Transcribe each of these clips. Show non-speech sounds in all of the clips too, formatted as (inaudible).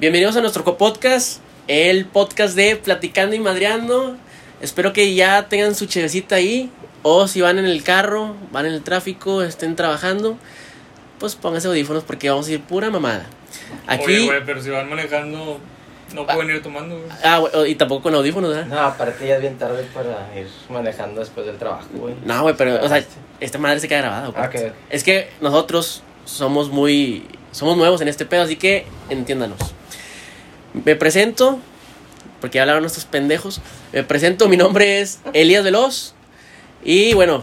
Bienvenidos a nuestro podcast, el podcast de Platicando y Madreando. Espero que ya tengan su chevecita ahí. O si van en el carro, van en el tráfico, estén trabajando, pues pónganse audífonos porque vamos a ir pura mamada. Oye, Aquí. güey, pero si van manejando, no pueden ir tomando, güey. Ah, güey, y tampoco con audífonos, ¿verdad? No, aparte ya es bien tarde para ir manejando después del trabajo, güey. No, güey, pero, o sea, Grabaste. esta madre se queda grabada, güey. Ah, ok, ok. Es que nosotros somos muy. Somos nuevos en este pedo, así que entiéndanos. Me presento, porque ya hablaron estos pendejos. Me presento, mi nombre es Elías Veloz. Y bueno,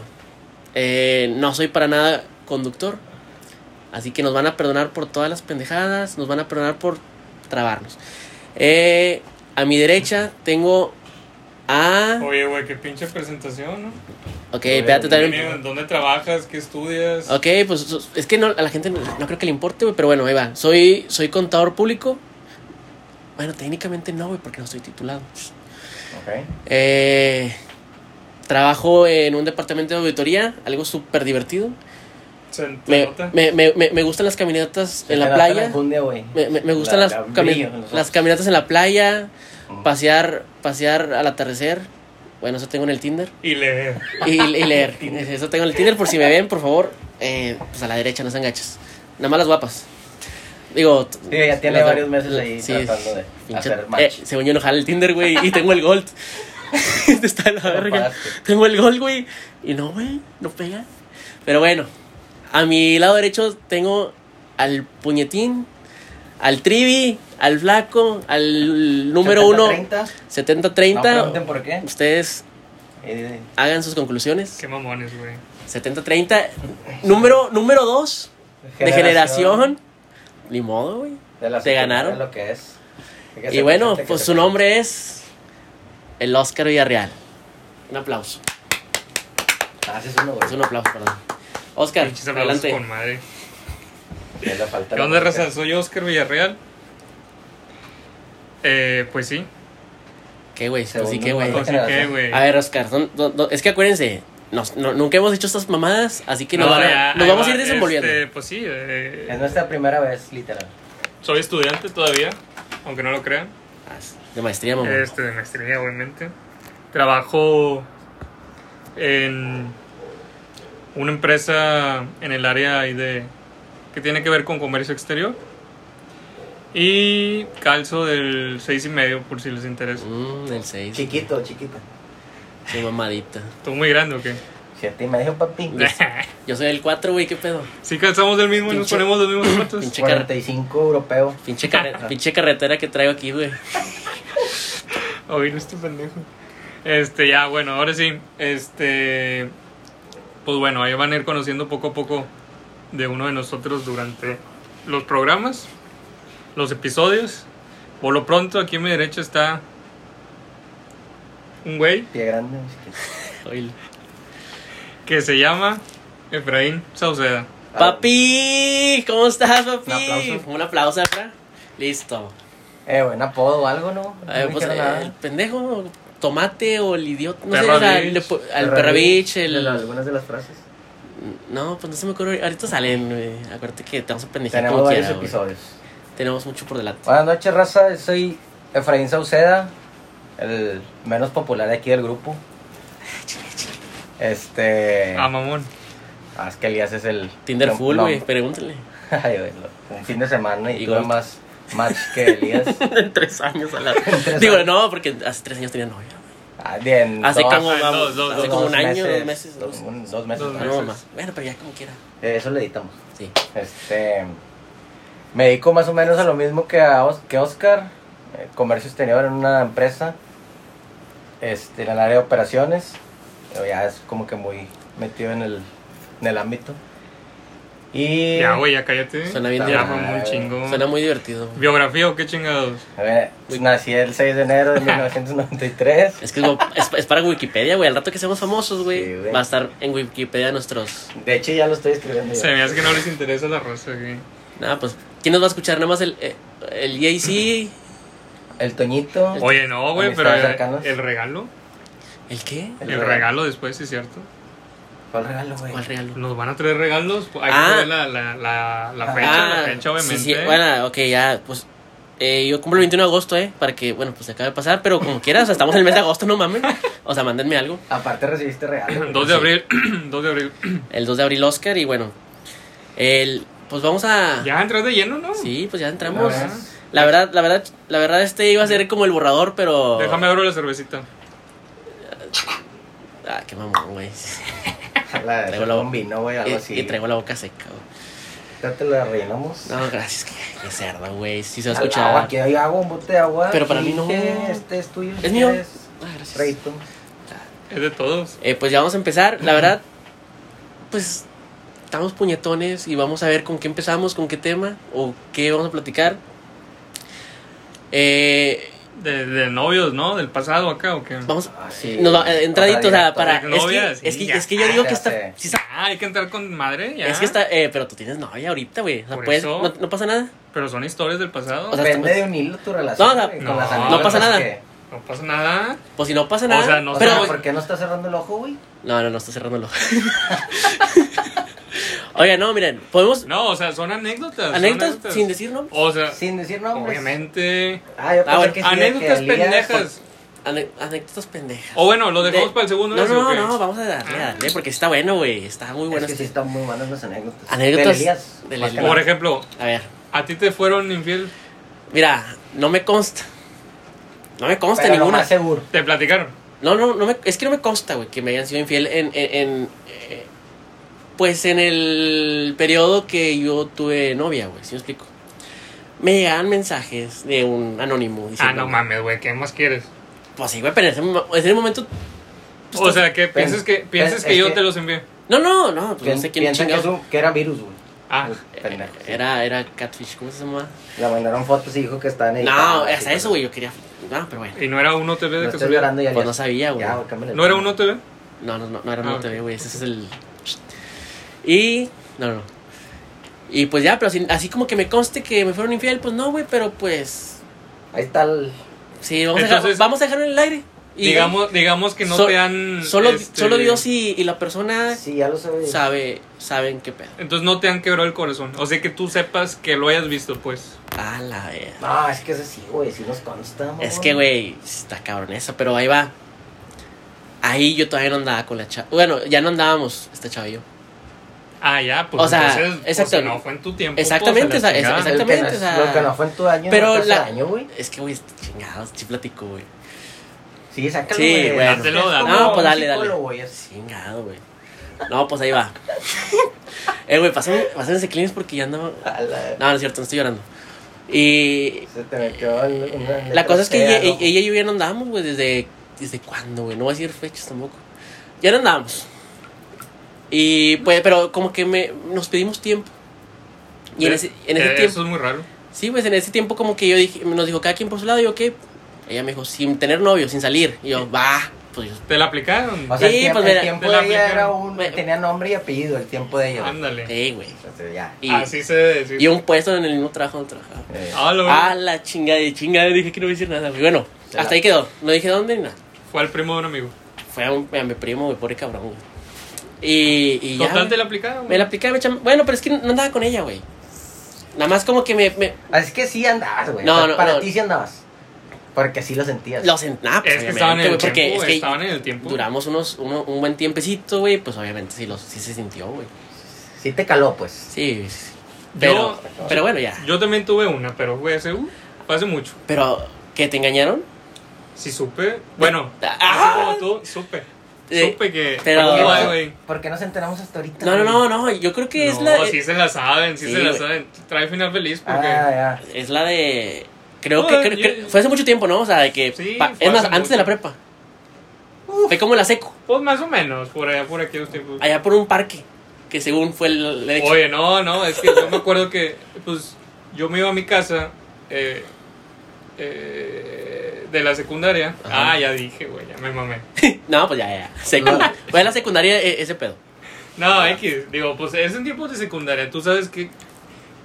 eh, no soy para nada conductor. Así que nos van a perdonar por todas las pendejadas, nos van a perdonar por trabarnos. Eh, a mi derecha tengo a. Oye, güey, qué pinche presentación, ¿no? Ok, espérate, también. Bienvenido, ¿Dónde trabajas? ¿Qué estudias? Ok, pues so- es que no, a la gente no, no creo que le importe, güey, pero bueno, ahí va. Soy, soy contador público. Bueno, técnicamente no, güey, porque no estoy titulado. Ok. Eh, trabajo en un departamento de auditoría, algo súper divertido. ¿Se te Me, nota? me, me, me- me gustan las caminatas en Se la nota playa. enjundia, güey. Me, me- me gustan La- las, la brillo cami- en los las ojos. caminatas en la playa, Ujú. pasear, pasear al atardecer. Bueno, eso tengo en el Tinder. Y leer. Y, y (laughs) leer. Eso tengo en el Tinder. Por si me ven, por favor, eh, pues a la derecha, no se enganches. Nada más las guapas. Digo. t- Sí, ya tiene las- varios meses ahí sí, tratando de pinche- hacer match. eh, según yo, no jala el Tinder, güey. Y tengo el Gold. (laughs) Este Está la Lo verga. pagaste. Tengo el Gold, güey. Y no, güey. No pega. Pero bueno, a mi lado derecho tengo al Puñetín, al Trivi, al Flaco, al número 70, uno, 30. 70-30. No pregunten por qué. Ustedes Eh, hagan sus conclusiones. Qué mamones, güey. 70-30. Número, número 2 de generación. Ni modo, güey. de la Te ganaron. sociedad, Lo que es. Que se Y presente, bueno, que pues se su presente. nombre es el Oscar Villarreal. Un aplauso. Ah, sí, es uno, Es güey. un aplauso, perdón. Oscar, Pinches aplausos adelante. con madre. Ya le falta ¿Qué la onda, música. raza? Soy Oscar Villarreal. Eh, pues sí. ¿Qué, güey? Pues sí, Segundo qué, güey. número. Pues sí, ¿qué, güey? A ver, Oscar, son- son- son- es que acuérdense, nos- no- nunca hemos hecho estas mamadas, así que nos, van a- ya, nos ah, ahí vamos a va, ir desenvolviendo. este, pues sí. Es eh, nuestra primera vez, literal. soy estudiante todavía, aunque no lo crean. Ah, De maestría, mamá. Este, de maestría, obviamente. Trabajo en una empresa en el área ahí de que tiene que ver con comercio exterior. Y calzo del seis y medio, por si les interesa. Mm, el 6. Chiquito, chiquita. Soy (laughs) mamadita. ¿Tú muy grande o qué? Siete y medio, papi. Yo soy el 4, güey, ¿qué pedo? Si calzamos del mismo y nos Pinche- ponemos los mismos zapatos. Pinche, carre- 45 europeo. pinche carre- pinche carretera que traigo aquí, güey. Oír este pendejo. Este, ya, bueno, ahora sí. Este. Pues bueno, ahí van a ir conociendo poco a poco de uno de nosotros durante los programas, los episodios. Por lo pronto, aquí a mi derecha está. Un güey Pie grande. chiquito. Oye, que se llama Efraín Sauceda. Papi, ¿cómo estás, papi? Un aplauso. Un aplauso, Efra. Listo. Eh, buen apodo o algo, ¿no? No Eh, me pues, dijeron eh, nada. el pendejo, tomate o el idiota. No sé, Perra o sea, bitch. le pu- al Ferrari, perravich, de el. las- algunas de las frases. No, pues no se me ocurre. Ahorita salen, güey. Acuérdate que te vamos a pendejar Tenemos como varios quiera, güey. episodios. Tenemos mucho por delante. Buenas noches, raza. Soy Efraín Sauceda, el menos popular de aquí del grupo. Eh. Este. Ah, mamón. Ah, es que Elías es el. Tinder no- full, no- güey. Pregúntale. (laughs) Ay, güey, lo- un fin de semana y, Y tuve gol. más match que Elías. (laughs) en tres años (laughs) a la. tres Digo, años. no, porque hace tres años tenía novia. Ah, bien, Hace dos- como, ah, vamos, dos, dos, hace dos, como un dos año, dos meses. Dos, Dos, un- dos meses. dos ¿no? Ah, no, meses. mamá. Bueno, pero ya como quiera. Eh, Eso lo editamos. Sí. Este. Me dedico más o menos a lo mismo que, a Os- que Oscar. eh, comercio exterior en una empresa. Este, en el área de operaciones. Pero ya es como que muy metido en el, en el ámbito. Y. Ya, güey, ya cállate. Suena bien Ya, divertido. mamón, chingón. Suena muy divertido. güey. Biografía o qué chingados. A ver, pues, nací el 6 (laughs) de enero de 1993. Es que es, guap- es, es para Wikipedia, güey. Al rato que seamos famosos, güey, Sí, güey. va a estar en Wikipedia nuestros. De hecho, ya lo estoy escribiendo. yo. Se me hace que no les interesa la raza, güey. Nada, pues, ¿quién nos va a escuchar? Nada más el, eh, el JC. El Toñito. Oye, no, Este, güey, pero Amistades cercanas. el regalo. ¿El qué? El, regalo después, sí, cierto. ¿Cuál regalo, güey? ¿Cuál regalo? Nos van a traer regalos. Hay Ah. que ver la, la, la, la fecha, la fecha, obviamente. Sí, sí, bueno, ok, ya, pues Eh, yo cumplo el 21 de agosto, ¿eh? Para que, bueno, pues se acabe de pasar, pero como quieras, estamos en el mes de agosto, no mames. O sea, mándenme algo. Aparte recibiste real. 2 de abril, (clears throat) 2 de abril. El 2 de abril Oscar y bueno. El, pues vamos a... Ya entras de lleno, ¿no? Sí, pues ya La entramos. verdad. La verdad, la verdad, la verdad este iba a ser como el borrador, pero... Déjame abrir la cervecita. Ah, qué mamón, güey. La de Traigo la- un vino, güey, algo así. Y, y Eh, traigo la boca seca, güey. Ya te la arruinamos. No, gracias, que, que cerda, güey. Sí se va a Al agua, escuchar. Aquí hay agua, un bote de agua. Pero para mí Sí, no. que Este es tuyo. Es mío. es Ah, gracias. Reito. Es de todos. Eh, pues ya vamos a empezar. La verdad, pues estamos puñetones y vamos a ver con qué empezamos, con qué tema o qué vamos a platicar. Eh, De, de novios, ¿no? Del pasado acá, ¿o qué? vamos. Ah, sí. Nos va- eh, entradito, o sea, Directo. para. De Es que, novias, es, sí, que, ya. es que yo digo Ya que sé. está. sí está- Ah, hay que entrar con madre, ya. es que está. eh, pero tú tienes novia ahorita, güey. O sea, Por puedes- eso. no, no pasa nada. Pero son historias del pasado. O sea, Depende estamos- de un hilo tu relación. No, o sea, güey, con no, las no amigas, pasa nada. que- no pasa nada. Pues si no pasa O nada. sea, no pero, O pues sea, güey, ¿por qué no estás cerrando el ojo, güey? No, no, no, está cerrando (laughs) el ojo. Oiga, no, miren, podemos. No, o sea, son anécdotas. son anécdotas sin decir nombres. O sea, Sin decir nombres. obviamente. Ah, yo Ah, pensé bueno. que sí, de que anécdotas Elías- pues, pendejas. Ane- anécdotas pendejas. O bueno, lo dejamos para el segundo. No, ese, ¿o no, qué? Ah. no, vamos a darle, a darle, porque está bueno, güey. Está muy bueno. Es que sí este- están muy buenas las anécdotas. Anécdotas De Elías. del más que Elías. Por nada. ejemplo, A ver, ¿a ti te fueron infiel? mira, no me consta. No me consta Pero lo ninguna. más seguro. ¿Te platicaron? No, no, no me, es que no me consta, güey, que me hayan sido infiel en. en, en, eh, pues en el periodo que yo tuve novia, güey, si me explico. Me llegaban mensajes de un anónimo. Ah, diciendo, no mames, güey, ¿qué más quieres? Pues sí, güey, pero en ese, mo- en ese momento. pues, O sea, que Pen- piensas que, piensas es que yo que- te los envié. No, no, no, pues no Pien- sé quién Piensan que, chingado. es un- que era virus, güey. Ah, Los pendejos, sí. Era, era Catfish, ¿cómo se llama? Le mandaron fotos y dijo que estaban editadas, No, así, hasta eso, pero- güey, yo quería. No, pero bueno. y no era uno TV de No estoy casualidad. llorando ya. Pues ya. no sabía, güey. Ya, güey, cámbiale. ¿No era uno TV? No, no, no, no era Ah, no ok. te ve, güey, ese es el. Y. No, no. Y pues ya, pero así, así como que me conste que me fueron infiel, pues no, güey, pero pues. Ahí está el. Sí, vamos, a, Entonces- dejar, vamos a dejarlo en el aire. Y Digamos, digamos que no Sol- te han. Solo, este, solo Dios y, y la persona Sí, ya lo sabía. sabe, saben qué pedo. Entonces no te han quebrado el corazón. O sea que tú sepas que lo hayas visto, pues. Ah, la verga. No, es que es así, güey. Sí nos consta, mamón. Es que, güey, está cabrón eso, pero ahí va. Ahí yo todavía no andaba con la chava. Bueno, ya no andábamos, este chavo y yo. Ah, ya, pues O sea, entonces, pues, exacto. si no fue en tu tiempo. Exactamente, pues, a esa- la esa- chingada. esa- Ah, El que no- exactamente, o sea, Lo que no fue en tu año, pero pero no la- la... año, güey. Es que, güey, este chingados, sí platico, güey. Sí, sácalo, Sí, güey. bueno. Dátelo, Es como dátelo. No, pues un dale, dale. psicólogo, güey, así. Chingado, güey. No, pues ahí va. eh, güey, pasen, pásense clines porque ya andaba. A la- No, no es cierto, no estoy llorando. Y Se te me quedó el- una la letra cosa es que fea, ella, ¿no? ella y yo ya no andábamos, güey, desde. ¿Desde cuándo, güey? No voy a decir fechas tampoco. Ya no andábamos. Y pues, pero como que me, nos pedimos tiempo. Y en ese, en ese Eh, tiempo. Eso es muy raro. Sí, pues en ese tiempo como que yo dije, nos dijo cada quien por su lado, y yo qué. Ella me dijo, sin tener novio, sin salir. Y yo, va, pues yo, ¿Te la aplicaron? O sea, Sí, el tiempo, pues el mira, tiempo te la de ella aplicaron. era un. Bueno. Tenía nombre y apellido, el tiempo de ella. güey. Ándale. "Ey, güey. Entonces, ya. eh, Y, Así se decide. y un puesto en el mismo trabajo donde trabajaba. Eh, Ah, lo- Ah, la chingada de chingada, dije que no iba a decir nada, güey. Bueno, Ya. hasta ahí quedó. No dije dónde ni nada. Fue al primo de un amigo. Fue a, un- a mi primo, güey, pobre cabrón, güey. Y, y ya. Total, güey. te la aplicaron. Me la aplicaba, me echaba- Bueno, pero es que no andaba con ella, güey. Nada más como que me. me- Así que sí andabas, güey. No, O sea, no, Para no. ti sí andabas. Porque sí lo sentías. los en. ah, pues, Es obviamente, que estaban en el güey, porque tiempo. es que estaban en el tiempo. duramos unos, uno- un buen tiempecito, güey. Pues obviamente sí, los, sí se sintió, güey. Sí te caló, pues. Sí, sí. Yo- Pero, pero bueno, ya. Yo también tuve una, pero güey, hace, uh, fue hace mucho. Pero, ¿que te engañaron? Sí supe. Bueno, Ah. así como tú, supe. Eh, Supe que. pero- ¿Cómo Ay, ¿Por va, qué no- güey? ¿Por qué nos enteramos hasta ahorita? No, no, no, güey? no. Yo creo que es la. No, sí se la saben, sí, Sí, se la güey. saben. Trae final feliz porque. Ah, ya. Es la de. Creo No, que. eh, creo- yo- creo- fue hace mucho tiempo, ¿no? O sea, de que. Sí, pa- fue es más, hace antes de la mucho. prepa. Fue como la seco. Pues más o menos, por allá, por aquellos tiempos. Allá por un parque. Que según fue el. el hecho. Oye, no, no, es que yo me acuerdo que, pues, yo me iba a mi casa eh, eh, de la secundaria. Ajá. Ah, ya dije, güey, ya me mamé. No, pues ya, Ah. ya. Seco. fue en la secundaria e- ese pedo. No, X, digo, pues es en tiempos de secundaria. Tú sabes que,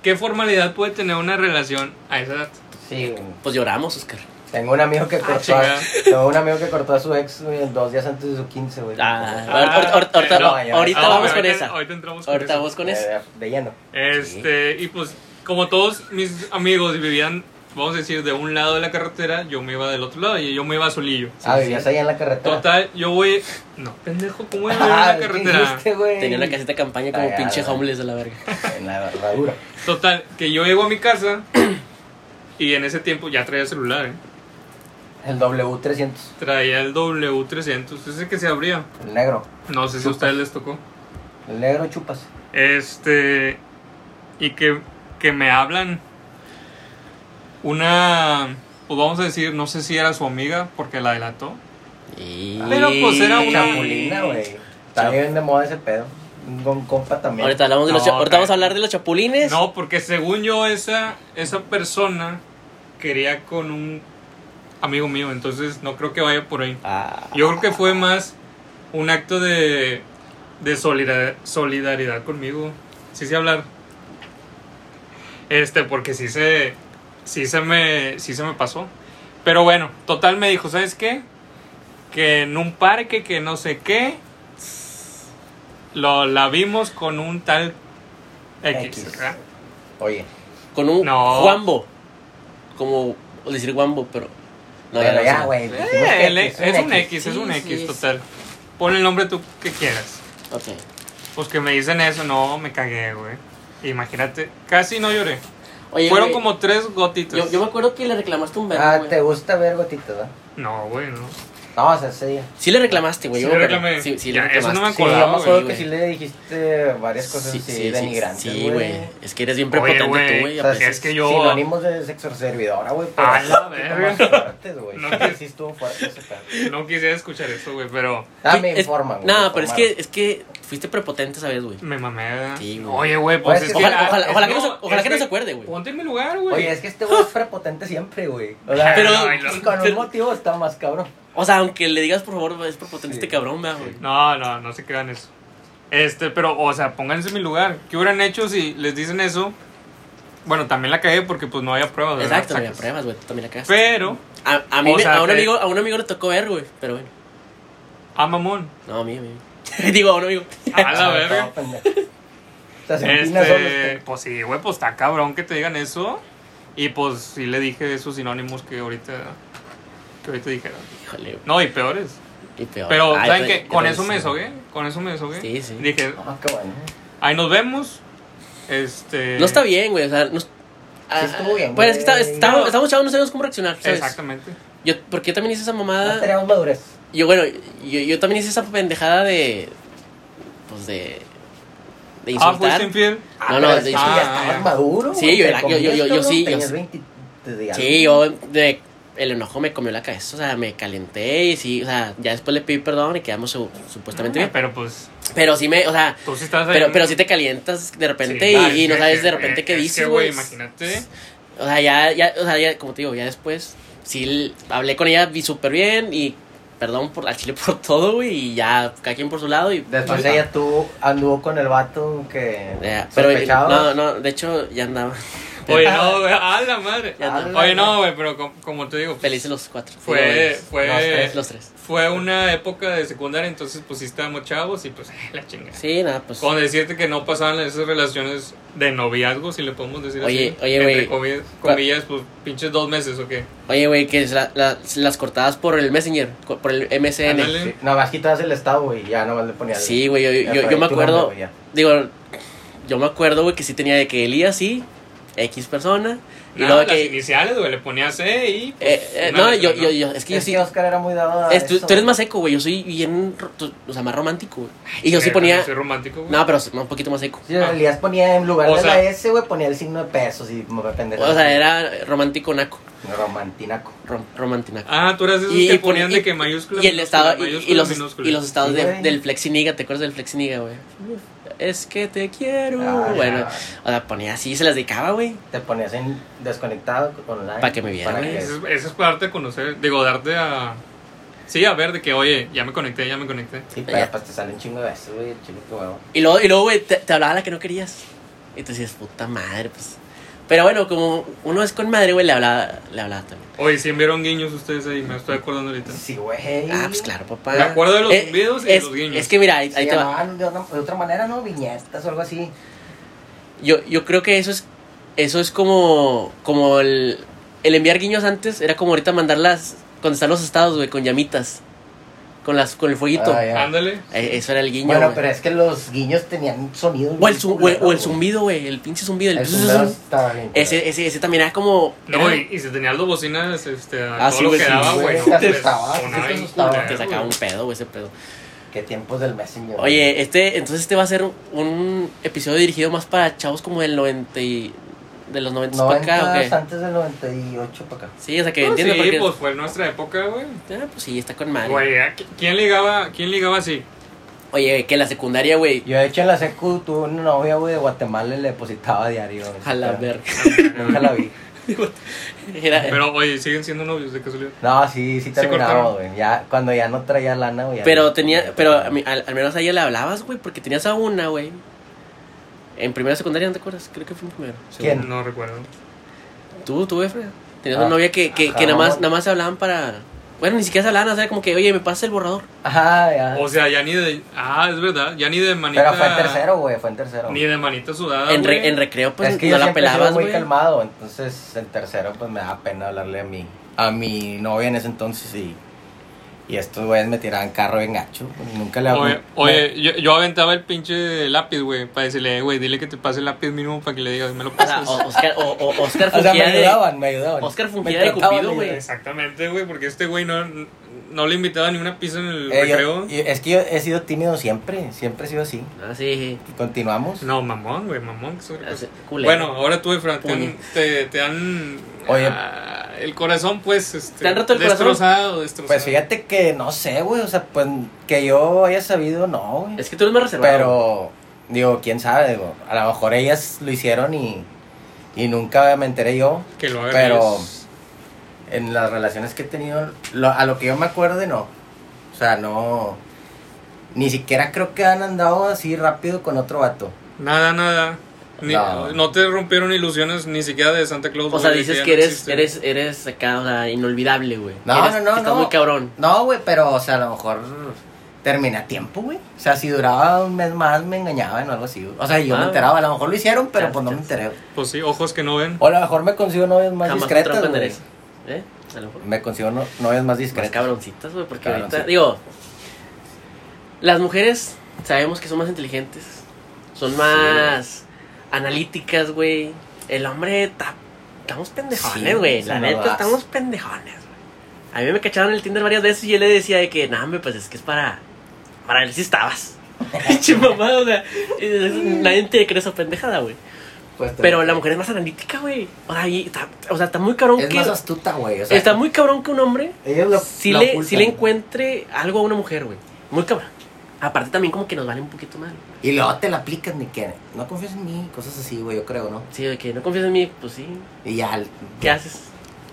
qué formalidad puede tener una relación a esa edad. Sí, güey. Pues lloramos, Oscar. Tengo un amigo Ah, que cortó a, chingada. tengo un amigo que cortó a su ex güey, dos días antes de su 15, güey. Ah, Ah, ahor- ahor- ahor- ahorita no, ahorita Ahorita Ah, vamos ahorita- con esa. Ahorita entramos con Este, Ahorita esa. vamos con De- esa. De, de lleno. Este, y pues, como todos mis amigos vivían vamos a decir, de un lado de la carretera, yo me iba del otro lado y yo me iba a Solillo. ah, vivías allá en la carretera. Total, yo voy. No, pendejo, ¿cómo es en Ah, la ¿qué carretera? dijiste, güey? Tenía una casita de campaña como Ah, pinche ya, homeless de la verga. En la herradura. Total, que yo llego a mi casa y en ese tiempo ya traía celular, ¿eh? El W300. Traía el W300, ese que se abría. El negro. No sé si a ustedes les tocó. El negro chupas. Este. Y que, que me hablan. Una. Pues vamos a decir, no sé si era su amiga porque la delató. Y- Pero, pues, era una- Chapulina, güey. Está Chap- bien de moda ese pedo. Un con- compa también. Ahorita, hablamos de los No, cha- ahorita ok. vamos a hablar de los chapulines. No, porque según yo, esa, esa persona quería con un amigo mío, entonces no creo que vaya por ahí. Ah, Yo creo que fue más un acto de, de solidar- solidaridad conmigo. Sí sé hablar. Este, porque sí se, sí se me, sí se me pasó. Pero bueno, total me dijo, ¿sabes qué? Que en un parque, que no sé qué, lo, la vimos con un tal X. X. ¿verdad? Oye, con un No. guambo. Como decir guambo, pero. No, pero ya, ya, no güey. dijimos Eh, que el- X, es un X, es Sí, un sí, X, es. total. Pon el nombre tú que quieras. sé. Ok. Pues que me dicen eso, no, me cagué, güey. Imagínate, casi no lloré. Oye, Fueron güey, como tres gotitas. Yo, yo me acuerdo que le reclamaste un verbo. Ah, güey. te gusta ver gotitas, ¿verdad? No, güey, no. No, o sea, sí. Sí le reclamaste, güey. Sí yo me le acuerdo. reclamé. Sí, sí Ya, le eso reclamaste. no me Sí, yo acordaba, me acuerdo güey, que sí güey. le dijiste varias cosas así denigrantes, sí, güey. güey. Es que eres bien Oye, prepotente güey, tú, güey. o a sea, veces. es que yo- Sinónimos de sexo servidora, güey. pero A la un poquito verga. más fuertes, güey. No, Sí, sí estuvo fuerte ese pedo. No quisiera escuchar eso, güey, pero Ah, Fui- me es- informan, güey. No, me pero es informaron. que, es que fuiste prepotente, ¿sabes, güey? me mamé. ¿verdad? Sí, güey. Oye, güey, Pues pues es es que- que. Ojalá- ah, ojalá- es- ojalá que no se- ojalá es que no se acuerde, güey. Ponte en mi lugar, güey. Oye, es que este güey es prepotente siempre, güey. O sea, Pero- y con un motivo está más cabrón. O sea, aunque le digas, por favor, es prepotente Sí. este cabrón, ¿verdad, güey. No, no, no se crean eso. Este, pero, o sea, pónganse en mi lugar. ¿Qué hubieran hecho si les dicen eso? Bueno, también la cagué porque pues no había pruebas, ¿verdad? Exacto, no había Sacas. pruebas, güey. Tú también la cagaste. Pero, A, a mí O me- sea, eh, a, un te- amigo, a un amigo le tocó ver, güey. Pero bueno. ah, mamón. No, a mí, (laughs) a mí. Digo, a un amigo. (laughs) A la Todo verga. pendejo. O sea, se empina solo Este, este. pues sí, güey, pues está cabrón que te digan eso. Y pues sí le dije esos sinónimos que ahorita, que ahorita dijeron. Híjole, güey. No, y peores. Y peor. Ay, Pero, pues, ¿saben yo- qué? yo Con también eso sí. me deshogué. Con eso me deshogué. Sí, sí. Dije, Ah, qué bueno. ahí nos vemos. Este. No está bien, güey. O sea, no. Ah, estuvo bien, Pues es que está, güey. está- No. estamos chavos, no sabemos cómo reaccionar, ¿sabes? Exactamente. Ah, Yo, porque yo también hice esa No mamada. tenemos madurez. Yo, bueno, yo, yo también hice esa pendejada de. Pues de. De Ah, fuiste insultar. infiel. No, Ah, no, pero de es que hecho- ya Ah, estabas ya. maduro. Sí, güey, yo te era- yo- yo- yo- yo comías, sí, yo cabrón, sí. tenías 20 de algo. sí, yo. De, el enojo me comió la cabeza, o sea, me calenté y sí, o sea, ya después le pedí perdón y quedamos su- supuestamente bien. Pero pues, Pero sí me, o sea, tú sí estás ahí. pero, pero sí te calientas de repente y, y no sabes de repente qué dices, güey. (laughs) Imagínate. O sea, ya, ya, o sea, ya, como te digo, ya después sí l- hablé con ella, vi súper bien y perdón por al chile por (laughs) todo, güey, y ya cada quien por su lado y... Después ya- ella tú anduvo con el vato que ya, pero eh, sospechaba. no, no, de hecho ya andaba (laughs) Oye, (laughs) no, güey. A la madre. Ya no. Oye, no, güey, pero com- como, te digo. pues, felices los cuatro. Fue- Digo, güey, fue- Los tres, los tres. Fue una época de secundaria, entonces pues sí estábamos chavos y pues (laughs) la chingada. Sí, nada, pues... Con decirte que no pasaban esas relaciones de noviazgo, si le podemos decir Oye, así. oye, Entre güey. comi- comillas, pues pinches dos meses o qué. Oye, güey, que es la- la- las cortadas por el Messenger, co- por el MSN. Ándale. Sí, nada más quitabas el estado, güey, ya nomás le ponías. Sí, güey, yo, yo- Ya, yo- por yo ahí me tu acuerdo, nombre, güey, digo, yo me acuerdo, güey, que sí tenía de que Elías sí, X persona, y Nada, luego las que... iniciales, güey, le ponía C y. pues, Eh, eh, una no, letra, yo, yo, yo, es que yo Es sí. que Oscar era muy dado a es- tú, eso, tú eres güey. más seco, güey. Yo soy bien, ro- tú- o sea, más romántico, güey. Y yo sí Eh, ponía. Soy romántico, güey. No, pero un poquito más seco. Sí, en realidad ponía en lugar O de sea- la S, güey, ponía el signo de pesos y me pendejo. O sea, era romántico naco. Romantinaco. rom- romantinaco. Ah, tú eras de esos Y- que y pon- ponían de y- que mayúscula. Y el minúscula, estado, y- y, mayúscula, los, minúscula. y los estados Sí, de- güey. del flexiniga, ¿te acuerdas del flexiniga, güey? Es que te quiero. Ah, Uh, bueno, ya. o sea, ponía así, se las dedicaba, güey. Te ponías en desconectado online. Pa' que me viera, para güey. que- Ah, Eso es, eso es para darte a conocer, digo, darte a. Sí, a ver, de que, oye, ya me conecté, ya me conecté. Sí, pero pues te sale un chingo de eso, güey, chingo que huevo. Y luego, y luego, güey, te, te hablaba la que no querías. Y tú decías, puta madre, pues. Pero bueno, como uno es con madre, güey, le hablaba, le hablaba también. Oye, si vieron guiños ustedes ahí, me estoy acordando ahorita. Sí, güey. Ah, pues claro, papá. Eh, Me acuerdo de los zumbidos y de es, los guiños. Es que mira, ahí, Se ahí te va. llamaban de otra, de otra manera, ¿no? Viñetas o algo así. Yo, yo creo que eso es, eso es como, como el, el enviar guiños antes era como ahorita mandarlas, contestar los estados, güey, con llamitas. Con, las, con el fueguito. Ah, ya. Ándale. Eh, Eso era el guiño. Bueno, güey. pero es que los guiños tenían sonido. o, el zum- güey, o el zumbido, güey. El pinche zumbido. El El zumbido estaba bien. ese, ese, ese también era como. No, era- y, y si tenías dos bocinas, este, a Ah, todo sí, lo güey, que sí, daba, güey. güey. Te pues, asustabas, sonaba te bien asustabas. culero, te sacaba un güey. pedo, güey, ese pedo. Qué tiempos del Messenger. Oye, este, entonces este va a ser un episodio dirigido más para chavos como del 90 y. de los 90 para 90 acá, ¿o qué? antes del 98 para acá. Sí, o sea, que No, entiendo sí, porque. pues fue nuestra época, güey. Ah, pues sí, está con madre. Güey, ¿a qui- ¿quién ligaba, quién ligaba así? Oye, que la secundaria, güey. Yo, de hecho, en la secu tuve una novia, güey, de Guatemala y le depositaba diario. güey. A la Pero (laughs) verga. Nunca la vi. Era- Pero, oye, siguen siendo novios de casualidad. No, sí, sí terminaba, cortaron. güey. Ya, cuando ya no traía lana, güey. ya Pero no- tenía, ya pero terminaba. a mí- al, al menos a ella le hablabas, güey, porque tenías a una, güey. En primera secundaria, ¿no te acuerdas? Creo que fue en primero. ¿Quién? No recuerdo. Segundo. Tú, tú, Efra. Tenías Ah. una novia que, que, Ajá, que nada más, mamón. nada más se hablaban para. Bueno, ni siquiera se hablaban, o sea, como que, oye, me pasa el borrador. Ajá, ya. O sea, ya ni de. Ah, es verdad. Ya ni de manita. pero fue en tercero, güey, fue en tercero. Ni de manita sudada. en, re- Ah, güey. en recreo, pues es que no yo la siempre he sido pelabas, muy güey. calmado, entonces en tercero pues me daba pena hablarle a mi, a mi novia en ese entonces y, y estos güeyes me tiraban carro en gacho, pues, nunca le Oye, hablé. oye yo, yo aventaba el pinche lápiz, güey, para decirle, "Eh, güey, dile que te pase el lápiz mínimo para que le digas, me lo O sea, pasas. o- Oscar, o, o- Oscar (laughs) o sea, me fungía de- ayudaban, me ayudaban. Oscar Me fungía de trataban Cupido, güey. ayudar. Exactamente, güey, porque este güey no, no le invitaba ni una pizza en el Eh, yo- recreo. yo- es que yo he sido tímido siempre, siempre he sido así. Ah, sí. Continuamos. No, mamón, güey, mamón. que sobre- Hace- culero. Bueno, ahora tú, Efra, te, Puñe. han- te, te han... Oye. ah, el corazón, pues, este, ¿Te han roto el corazón? destrozado, destrozado. Pues fíjate que no sé, güey, o sea, pues que yo haya sabido, no, güey. Es que tú eres más reservado. Pero, digo, quién sabe, digo, a lo mejor ellas lo hicieron y, y nunca me enteré yo. Que lo hagan pero- ellos. En las relaciones que he tenido, lo- a lo que yo me acuerde, no. O sea, no. Ni siquiera creo que han andado así rápido con otro vato. Nada, nada. Ni- No. no. te rompieron ilusiones ni siquiera de Santa Claus. O sea, güey, dices ya que no eres, existe. eres, eres acá, o sea, inolvidable, güey. No, Eres- no, no, Estás no. muy cabrón. No, güey, pero, o sea, a lo mejor terminé a tiempo, güey. O sea, si duraba un mes más, me engañaban o algo así. güey. O sea, yo Ah. me enteraba. A lo mejor lo hicieron, pero Chas, pues no me chas. enteré. Pues sí, ojos que no ven. O a lo mejor me consigo novias más Jamás te discretas. güey. sorprenderás. ¿Eh? A lo mejor. Me consigo no- novias Más más discretas. cabroncitas, güey, porque ahorita, Cabroncitas. digo, las mujeres sabemos que son más inteligentes, son más analíticas, güey. El hombre, ta- estamos Sí, pendejones, güey. se la nos neta, va. estamos pendejones, güey. A mí me cacharon en el Tinder varias veces y yo le decía de que, nah, hombre, pues es que es para, para él si (laughs) estabas. (laughs) Pinche mamá, o sea, es- nadie te cree esa pendejada, güey. Pues, te- Pero la mujer es más analítica, güey. O sea, y está, o sea, está muy cabrón Es que. más astuta, güey. O sea, está muy cabrón que un hombre ellos lo, si lo le, ocultan. si le encuentre algo a una mujer, güey. Muy cabrón. Aparte también como que nos vale un poquito mal. Y luego te la aplicas, ni que no confías en mí, cosas así, güey, yo creo, ¿no? Sí, de que no confías en mí, pues sí. Y ya. ¿Qué haces?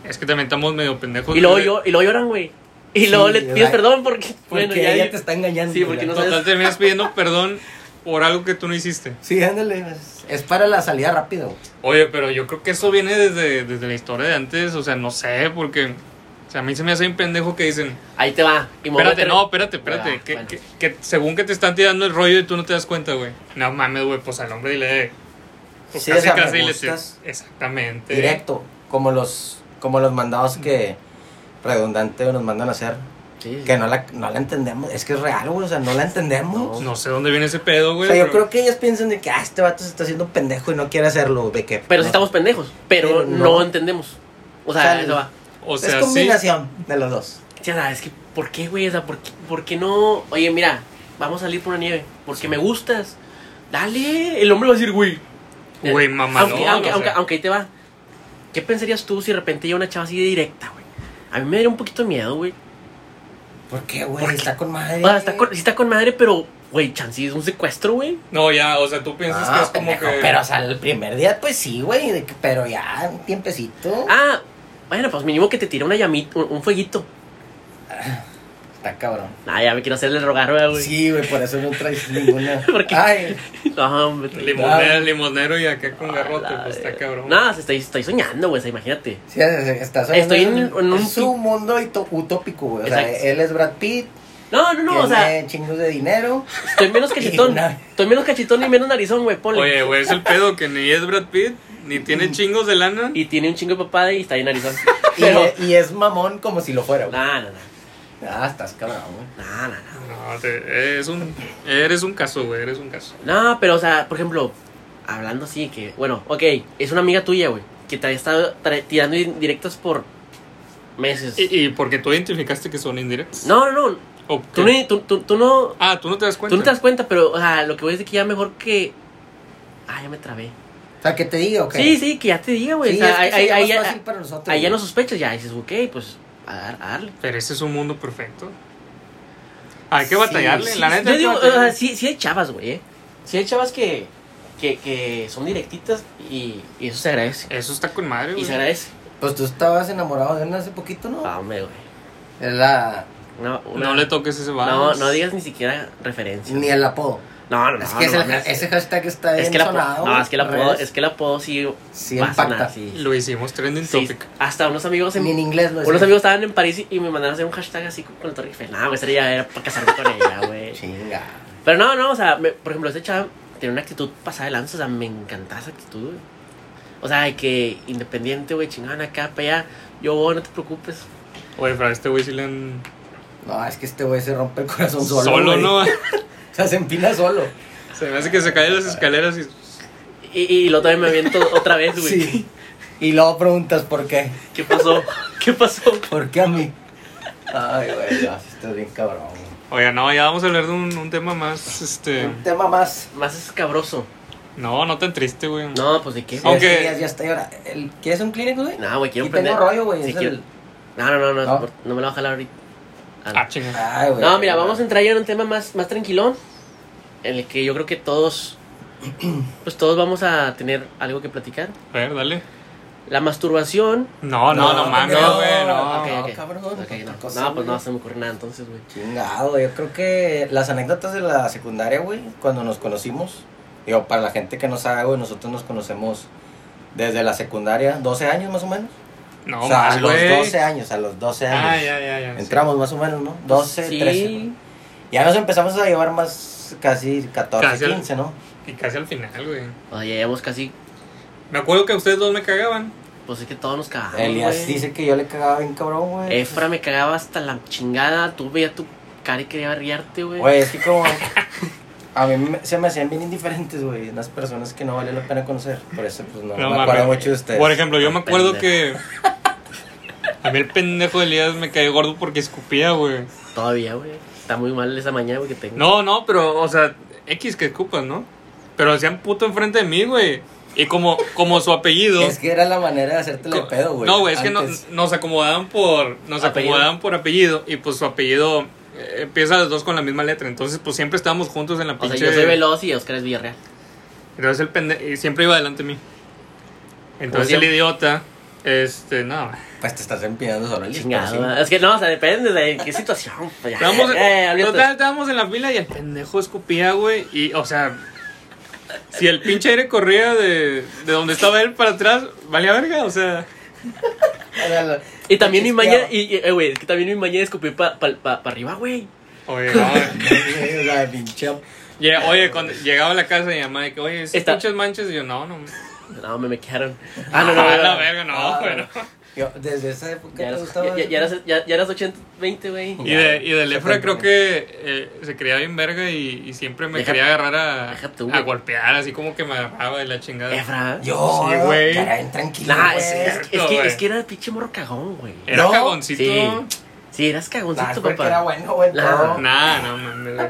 Es que también estamos medio pendejos. Y luego, güey. yo, y luego lloran, güey. Y Sí, luego le ¿verdad? pides perdón porque... Porque bueno, ya ella vi- te está engañando. Sí, porque güey. no Total, sabes- terminas pidiendo perdón por algo que tú no hiciste. Sí, ándale. pues, Es para la salida rápido. güey. Oye, pero yo creo que eso viene desde, desde la historia de antes. O sea, no sé, porque. O sea, a mí se me hace un pendejo que dicen. Ahí te va. Y me voy a Espérate, meter- no, espérate, espérate. Ah, que, bueno. que- que según que te están tirando el rollo y tú no te das cuenta, güey. No mames, güey, pues al hombre dile. eh, Pues Sí, casi, o sea, me casi le gustas. Exactamente. Directo. Como los, como los mandados que redundante nos mandan a hacer. Sí, sí. Que no la, no la entendemos. Es que es real, güey. O sea, no la entendemos. No sé dónde viene ese pedo, O güey. sea, yo pero- creo que ellos piensan de que ah, este vato se está haciendo pendejo y no quiere hacerlo. De que, Pero no. sí estamos pendejos. Pero Pero no. no. entendemos. O sea, O sea, eso va. O es sea, sí. combinación de los dos. Ya sabes que... ¿Por qué, güey? O sea, ¿por qué, por qué no...? Oye, mira, vamos a salir por una nieve. Porque me gustas. Dale. El hombre va a decir, güey, eh, Güey, mamá, aunque, no. aunque, o aunque, sea. aunque ahí te va. ¿Qué pensarías tú si de repente llega una chava así de directa, güey? A mí me daría un poquito de miedo, güey. ¿Por qué, ¿Por güey? qué? Está con madre. O sea, Ah, está con, sí está con madre, pero, güey, chance es un secuestro, güey. No, ya, o sea, tú piensas que Ah, es como pendejo, que. Pero, o sea, el primer día, pues sí, güey. de que- Pero ya, un tiempecito. Ah, bueno, pues mínimo que te tire una llamita, un, un fueguito. Está cabrón. Ah, ya me quiero hacerle rogar, Ah, güey. Sí, güey, por eso no traes ninguna. (laughs) ¿Por qué? Ay, (laughs) No, hombre. te- Limonero, limonero y acá con Ah, garrote, la pues está verga. cabrón. No, se- estoy, estoy soñando, güey, o sea, imagínate. sí, estás oyendo, Estoy en- es un- en un es pi- un mundo ito- utópico, güey. O sea, Exacto. él es Brad Pitt, No, no, no, o sea, tiene chingos de dinero. (laughs) estoy menos cachetón. (laughs) Una- Estoy menos cachetón y menos narizón, güey, ponle. Oye, güey, es el pedo que ni es Brad Pitt, Ni (laughs) tiene chingos de lana. Y tiene un chingo de papada y está ahí en Arizona. Y, Pero. e- y es mamón como si lo fuera, güey. No, no, no. Ah, estás cabrón, güey. No, no, no. No, te- es un, eres un caso, güey, eres un caso. No, pero, o sea, por ejemplo, hablando así, que, bueno, ok, es una amiga tuya, güey, que te ha estado tra- tirando indirectas por meses. ¿Y, y porque tú identificaste que son indirectos? No, no, no, ¿O tú, qué? ni- tú, tú- tú no, Ah, tú no te das cuenta. tú no te das cuenta, pero, o sea, lo que voy es de que ya mejor que... Ah, ya me trabé. O sea, que te diga, ok. Sí, sí, que ya te diga, güey. Sí, o sea, es que ahí- sería ahí- más ahí ya- fácil para nosotros. ahí ya no güey. sospechas, ya dices, ok, pues, a, dar- a darle. Pero ese es un mundo perfecto. Hay que Sí, batallarle, sí, la sí. neta. Yo hay que digo, o batallarle. sea, Pues, sí, sí hay chavas, güey, eh. Sí hay chavas que, que, que son directitas y, y eso se agradece. Eso está con madre, Y güey. se agradece. Pues tú estabas enamorado de él hace poquito, ¿no? Ah, hombre, güey. Es la... No, una- No le toques ese vals. No, no digas ni siquiera referencia. Ni el apodo. No, no, no. es que no ese- mames. ese hashtag está bien Es que la sonado. No, es que la al puedo, revés. es que la puedo sí. Sí, va a sonar, impacta. sí. Lo hicimos trending Sí, topic. hasta unos amigos en- Ni eh. en inglés lo unos decía. amigos estaban en París y, y me mandaron a hacer un hashtag así con, con la Torre Eiffel. No, güey, esa ya era para casarme con ella, güey. Chinga. Pero no, no, o sea, me- por ejemplo, este chava tiene una actitud pasada de lanza, o sea, me encantaba esa actitud, güey. O sea, de que independiente, güey, chingada, acá, para allá. Yo, voy, no te preocupes. Oye, pero a este güey sí le han. No, es que este güey se rompe el (laughs) corazón Solo, solo. güey. ¿no? (laughs) O sea, se empina solo. Se me hace que se cae de las escaleras y. Y, y, lo también me (laughs) aviento otra vez, güey. Sí. Y luego preguntas por qué. ¿Qué pasó? ¿Qué pasó? ¿Por qué a mí? Ay, güey, no, sí estás bien cabrón. güey. Oiga, no, ya vamos a hablar de un, un tema más. Este. Un tema más. Más escabroso. No, no tan triste, güey. No, pues de qué. Sí, güey? Aunque- es que ya, ya está ahora. El- ¿Quieres un clínico, güey? No, güey, quiero Aquí tengo rollo, güey. Sí, es quiero- el- No, no, no, no, ¿No? por- no me la voy a jalar ahorita. Ah, no. Ah, chinga. Ay, güey. No, mira, vamos a entrar ya en un tema más, más tranquilón. En el que yo creo que todos. Pues todos vamos a tener algo que platicar. A ver, dale. La masturbación. No, no, no, mames, no. güey. No. Ah, Ok, ok. cabrón, Ok, otra no. cosa, No, pues güey. no se me ocurre nada entonces, güey. Chingado, yo creo que las anécdotas de la secundaria, güey, cuando nos conocimos, digo, para la gente que no sabe, güey, nosotros nos conocemos desde la secundaria, 12 años más o menos. No, o sea, más, a los güey. 12 años, a los 12 años. Ah, ya, ya, ya. sí. Entramos más o menos, ¿no? 12, Sí. 13. güey. Ya nos empezamos a llevar más, casi 14, Casi al- 15, ¿no? Y casi al final, güey. O sea, ya llevamos casi. Me acuerdo que ustedes dos me cagaban. Pues es que todos nos cagamos. Elías güey. Eh, dice que yo le cagaba bien cabrón, güey. Efra me cagaba hasta la chingada. Tú veías tu cara y quería riarte, güey. Güey, es que como... A mí me- se me hacían bien indiferentes, güey, las personas que no vale la pena conocer. Por eso, pues, no, No me mames. acuerdo mucho de ustedes. Ah, Por ejemplo, yo me acuerdo Pendejo. que. A mí el pendejo de Elías me cae gordo porque escupía, güey. Todavía, güey. Está muy mal esa mañana, güey, que tengo. No, no, pero, o sea, X que escupas, ¿no? Pero hacían puto enfrente de mí, güey. Y como, como su apellido. (laughs) Es que era la manera de hacerte el pedo, güey. No, güey, es que no- Antes. nos acomodaban por. Nos Apellido. acomodaban por apellido. Y pues su apellido eh, empieza los dos con la misma letra. Entonces, pues siempre estábamos juntos en la O sea, pinche. yo soy veloz y Oscar es Villarreal. Entonces el pendejo. siempre iba delante de mí. Entonces el siempre. idiota. Este, no. Pues te estás empinando solo el Chingado. disco, ¿verdad? Es que no, o sea, depende de qué situación. pues, ya. (laughs) Estábamos, Eh, olvídate. total, estábamos en la fila y el pendejo escupía, güey. Y, o sea, si el pinche aire corría de, de donde estaba él para atrás, valía verga, o sea. sí. O sea, lo- Y también mi maña, chispeaba. y, y- eh, güey, es que también mi maña es escupir para pa, pa- pa arriba, güey. (laughs) Oye, no, güey. Ah, O sea, pinche... Ye- oye, cuando llegaba a la casa de mi mamá, de que, oye, esas Está- pinches manchas, y yo, no, no. No, me me quedaron. Ah, no, no, (laughs) Ah, no, la no. verga, no, Ah, güey. no. Yo, desde esa época Ya te eras, gustaba. ya, ya- ya eras, ya, ya eras 80, 20, güey. Y de, y del Se Efra cuenta, creo güey. que eh, se creía bien verga y, y siempre me Deja- quería agarrar a, deja tú, a güey. golpear, así como que me agarraba de la chingada. Efra. Yo, Sí, güey. Caray, tranquilo. Nah, güey. es, es- es cierto, que, güey. es que era el pinche morro cagón, güey. Era No, cagoncito. sí. Sí, eras Nah, es cagoncito, porque papá. era bueno, güey. Nah. todo. Nah, no mames. güey.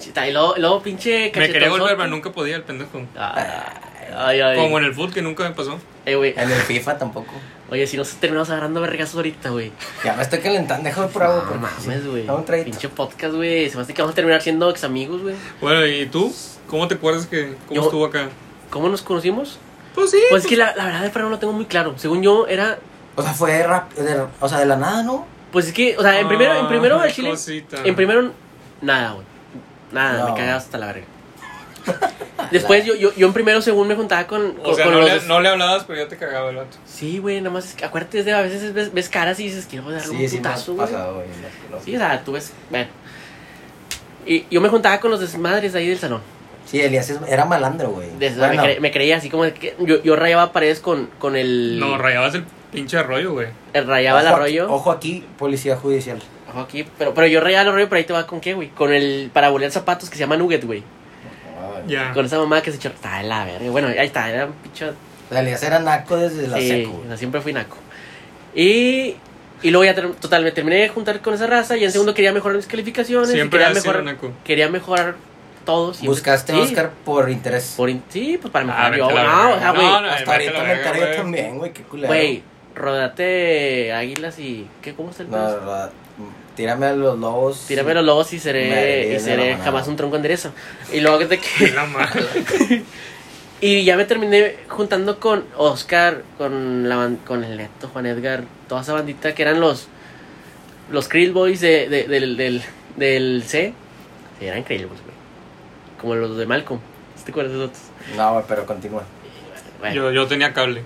Chita, y luego, luego pinche Me quería cachetonzote. volver, pero nunca podía el pendejo. Ah, Ay, ay. Como en el fútbol que nunca me pasó. Eh, güey. En el FIFA tampoco. Oye, si nos terminamos agarrando vergazos ahorita, güey. Ya me estoy calentando, déjame por No agua. porque mames, sí. güey. Dame un traguito. Pinche podcast, güey. Se me hace que vamos a terminar siendo ex amigos, güey. Bueno, ¿y tú? ¿Cómo te acuerdas que cómo Yo- estuvo acá? ¿Cómo nos conocimos? Pues sí. Pues es que la, la verdad de Fran no lo tengo muy claro. Según yo, era. O sea, fue rápido. O sea, de la nada, ¿no? Pues es que, o sea, en primero, en primero al chile. Ah, cosita. En primero, nada, güey. Nada, No. me cagaba hasta la (laughs) verga. Después yo, yo, yo en primero, según me juntaba con. O con- sea, con no los le, dos. no le hablabas, pero ya te cagaba el vato. Sí, güey, nada más. es que- Acuérdate, es de- a veces ves, ves caras y dices, quiero darle un me ha putazo, güey. pasado, güey. me ha- no. Sí, o sea, tú ves. Bueno. Y yo me juntaba con los desmadres ahí del salón. Sí, Elías es- era malandro, güey. Desde- Bueno, me, cre- me creía así como que yo, yo rayaba paredes con, con el, No, rayabas el pinche arroyo, güey. el rayaba el ojo arroyo. aquí- ojo aquí, policía judicial. Ojo aquí, pero, pero yo rayaba el arroyo, pero ahí te va con qué, güey. Con el para bolear zapatos que se llama Nugget, güey. Ya. Con esa mamá que se echó. Está de la verga. Bueno, ahí está, era un pinche. O sea, Elías era naco desde la sí, seco, güey. o sea, siempre fui naco. Y. Y luego ya ter- total, me terminé de juntar con esa raza y en segundo quería mejorar mis calificaciones. y Siempre quería has sido mejorar, naco. Quería mejorar todo. siempre- Buscaste a sí, Oscar por interés. Por in- sí, pues para Ah, mejorar yo. vete a la No, verga. o sea, güey. No, no, Hasta vete a la ahorita me verga, encargué güey. también, güey, qué culero. Güey, rodate águilas y. ¿qué, ¿Cómo está el No, pedo? la verdad, tírame a los lobos. Tírame los lobos y Madre seré, de y la seré manada. jamás un tronco enderezo. Y luego que te De la madre. (laughs) Y ya me terminé juntando con Oscar, con la ban- con el Neto, Juan Edgar, toda esa bandita que eran los los Krill Boys de, de- del, del, del C. Sí, eran Krill Boys, güey. Como los de Malcolm. ¿Sí ¿Te acuerdas de esos? otros? No, güey, pero continúa. Bueno. Yo, yo tenía cable.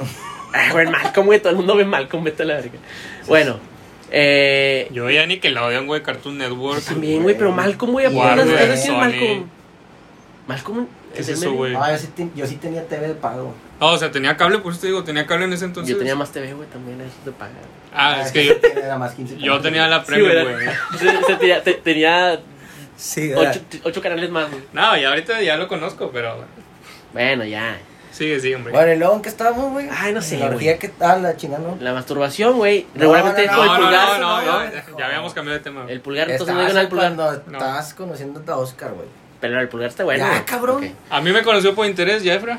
(laughs) Ah, güey, Malcolm, güey. Todo el mundo ve Malcolm, vete a la verga. Bueno, eh, Yo veía Nickelodeon, güey, Cartoon Network. también, güey, pero Malcolm, güey. ¿A poco Warner, no sabes decir Sony. Malcolm? Malcolm. ¿Qué es del eso, medio. güey? Ah, yo sí, te- yo sí tenía TV de pago. Ah, o sea, tenía cable, por eso te digo, tenía cable en ese entonces. Yo tenía más TV, güey, también, eso te paga. Ah, es que yo, Era más 15 yo tenía la Sí, premium, ¿verdad? (laughs) güey. Se- se tenía- te- tenía Sí, era- Ocho, ocho canales más, güey. No, y ahorita ya lo conozco, pero Bueno, ya. sigue, sigue, hombre. Bueno, ¿y luego en qué estábamos, güey? Ay, no sé, La güey. orgía que... Ah, la chingada, ¿no? La masturbación, güey. Regularmente no, con el no, no, no, pulgar. no, no, ya, no. ya habíamos cambiado de tema. El pulgar, entonces no Estabas digo nada del pulgar. Cuando No. estabas conociendo a Oscar, güey. Pero el pulgar está bueno. Ya, güey. cabrón. Ok. A mí me conoció por interés, Jeffra.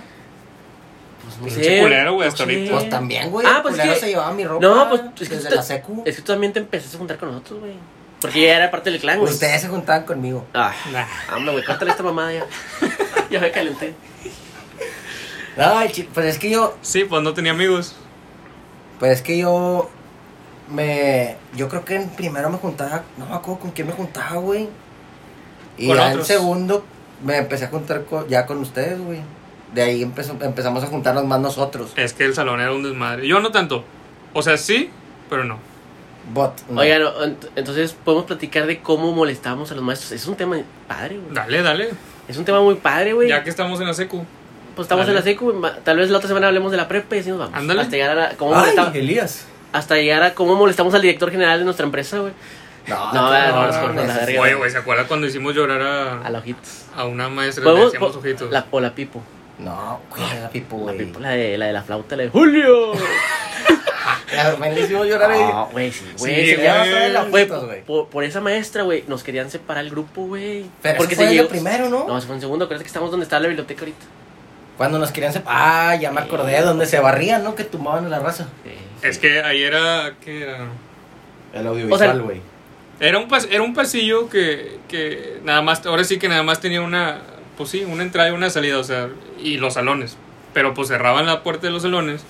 Pues Pinche culero, güey, hasta no sé. ahorita. Pues también, güey. Ah, el pues culero que- se llevaba mi ropa. No, pues es que desde tú- la secu. Es que tú también te empezaste a juntar con nosotros, güey. Porque ya era parte del clan, güey. Ustedes se juntaban conmigo. Ah, Nah. hombre, güey, córtale esta mamada (laughs) ya. ya me calenté. No, el chi- pues es que yo Sí, pues no tenía amigos. Pues es que yo me yo creo que en primero me juntaba, no me acuerdo con quién me juntaba, güey. Y Con ya en otros. segundo me empecé a juntar co- ya con ustedes, güey. De ahí empezó- empezamos a juntarnos más nosotros. Es que el salón era un desmadre. Yo no tanto. O sea, sí, pero no. Bot. no. Oigan, o- ent- entonces podemos platicar de cómo molestábamos a los maestros. Es un tema padre, güey. Dale, dale. Es un tema muy padre, güey. Ya que estamos en la secu. Pues estamos Dale. en la secu, ma- tal vez la otra semana hablemos de la prepa y así nos vamos. Ándale. Hasta llegar a la- cómo Ay, molestaba- Elías. hasta llegar a cómo molestamos al director general de nuestra empresa, güey. No, No, claro, Ah, no, no, no, no, por la no, verga. Oye, güey, ¿se acuerda cuando hicimos llorar A a, la ojitos. a una maestra? Le ¿Podemos? hacíamos po- ojitos. La, o la pipo. No, güey, era la pipo, La güey. (laughs) pipo, la de la, de la flauta, la de Julio. Ya, me le hicimos llorar ahí. No, güey, sí, güey. Sí, se- güey. ya- Ya no saben las güey, fotos, güey. por, por esa maestra, güey, nos querían separar el grupo, güey. Pero Porque eso fue se lo llegó. primero, ¿no? No, se fue en segundo. Acuérdate que estamos donde está la biblioteca ahorita. Cuando nos querían separar. Ah, ya me acordé, donde se barrían, ¿no? Que tumbaban a la raza. Sí. Es que ahí era. ¿Qué era? El O sea, audiovisual, güey. Era un, pas- era un pasillo que, que nada más, ahora sí que nada más tenía una, pues sí, una entrada y una salida, o sea, y los salones. Pero pues cerraban la puerta de los salones,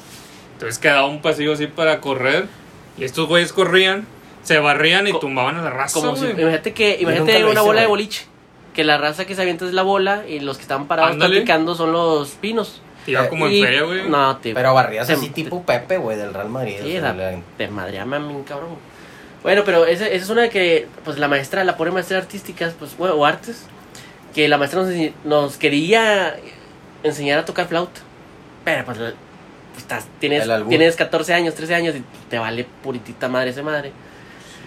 entonces quedaba un pasillo así para correr, y estos güeyes corrían, se barrían y Co- tumbaban a la raza, Como si, güey. imagínate que, nunca imagínate lo una hice, bola de güey. boliche. Que la raza que se avienta es la bola y los que están parados Ándale. platicando son los pinos. Iba eh, como en Y- feria, güey. No, te, Pero barridas te- así tipo Pepe, güey, del Real Madrid. Sí, o la- sea, la- te madreaba a mí, cabrón. Bueno, pero esa, esa es una que, pues la maestra, la pobre maestra de artísticas, pues, bueno, o artes, que la maestra nos, ense- nos quería enseñar a tocar flauta. Pero pues, la- pues, estás- tienes, El albur. tienes 14 años, 13 años y te vale puritita madre esa madre.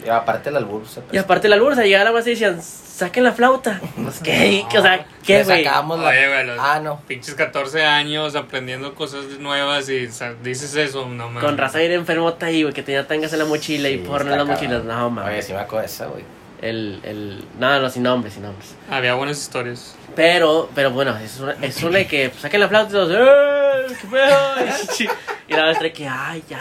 Y aparte el albur se Y aparte la luz, o sea, llegaba la maestra y decían, saquen la flauta. (laughs) Pues, ¿qué? O sea, ¿qué, Le güey? sacamos la... Oye, güey, los Ah, no. pinches 14 años aprendiendo cosas nuevas y o sea, dices eso, no mames. Con raza bien enfermota ahí, güey, que tenía tangas en la mochila y porno en las mochilas. No, Oye, mames. sí me acuerdo de esa, güey. El, el, no, no, sin nombres, sin nombres. Había buenas historias. Pero, pero bueno, es una, es una de que pues, saquen la flauta y todos, ¡eh! ¡Qué pedo! (laughs) Y la maestra que, ¡ay, ya!